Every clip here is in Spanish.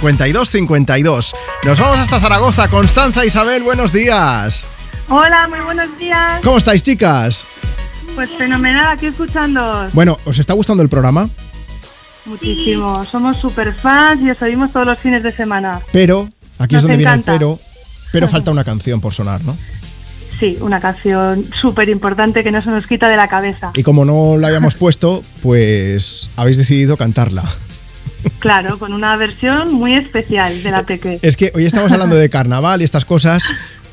52 52. Nos vamos hasta Zaragoza. Constanza, Isabel, buenos días. Hola, muy buenos días. ¿Cómo estáis, chicas? Pues fenomenal, aquí escuchando Bueno, ¿os está gustando el programa? muchísimo. Somos super fans y os oímos todos los fines de semana. Pero, aquí es Nos donde viene el encanta. pero, pero falta una canción por sonar, ¿no? Sí, una canción súper importante que no se nos quita de la cabeza. Y como no la habíamos puesto, pues habéis decidido cantarla. Claro, con una versión muy especial de la Peque. Es que hoy estamos hablando de carnaval y estas cosas,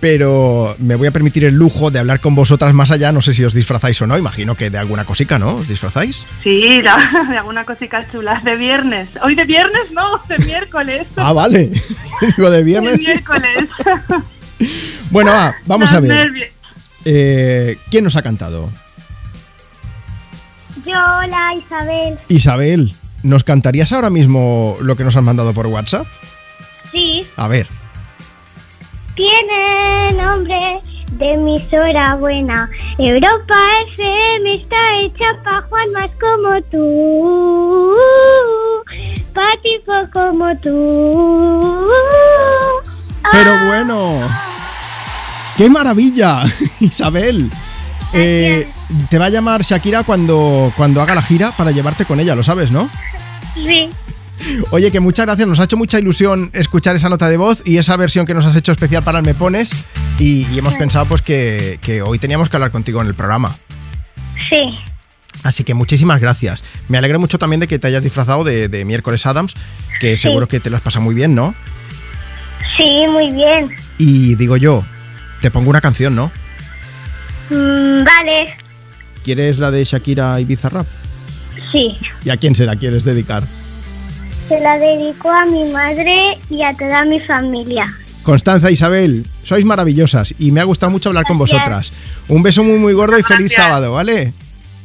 pero me voy a permitir el lujo de hablar con vosotras más allá. No sé si os disfrazáis o no, imagino que de alguna cosica, ¿no? ¿Os disfrazáis? Sí, la- de alguna cosica chula. De viernes. Hoy de viernes no, de miércoles. Ah, vale. Digo, de De viernes. miércoles. Bueno, va, vamos a Los ver. nervios. Eh, ¿Quién nos ha cantado? Yo, hola Isabel. Isabel, ¿nos cantarías ahora mismo lo que nos han mandado por WhatsApp? Sí, A ver. tiene nombre de emisora buena. Europa FM está hecha pa' Juanmas como tú, pa' tipo como tú. Ah, Pero bueno. ¡Qué maravilla, Isabel! Eh, te va a llamar Shakira cuando, cuando haga la gira para llevarte con ella, lo sabes, ¿no? Sí, Oye, que muchas gracias, nos ha hecho mucha ilusión escuchar esa nota de voz y esa versión que nos has hecho especial para el Me Pones y, y hemos pensado pues que, que hoy teníamos que hablar contigo en el programa. sí. Así que muchísimas gracias. Me alegro mucho también de que te hayas disfrazado de, de miércoles Adams, que seguro que te lo has pasado muy bien, ¿no? Sí, muy bien. Y digo yo, te pongo una canción, ¿no? Mm, vale. ¿Quieres la de Shakira y Bizarrap? Sí. ¿Y a quién se la quieres dedicar? Se la dedico a mi madre y a toda mi familia. Constanza, e Isabel, sois maravillosas y me ha gustado mucho hablar con Gracias. vosotras. Un beso muy muy gordo y feliz Gracias. sábado, ¿vale?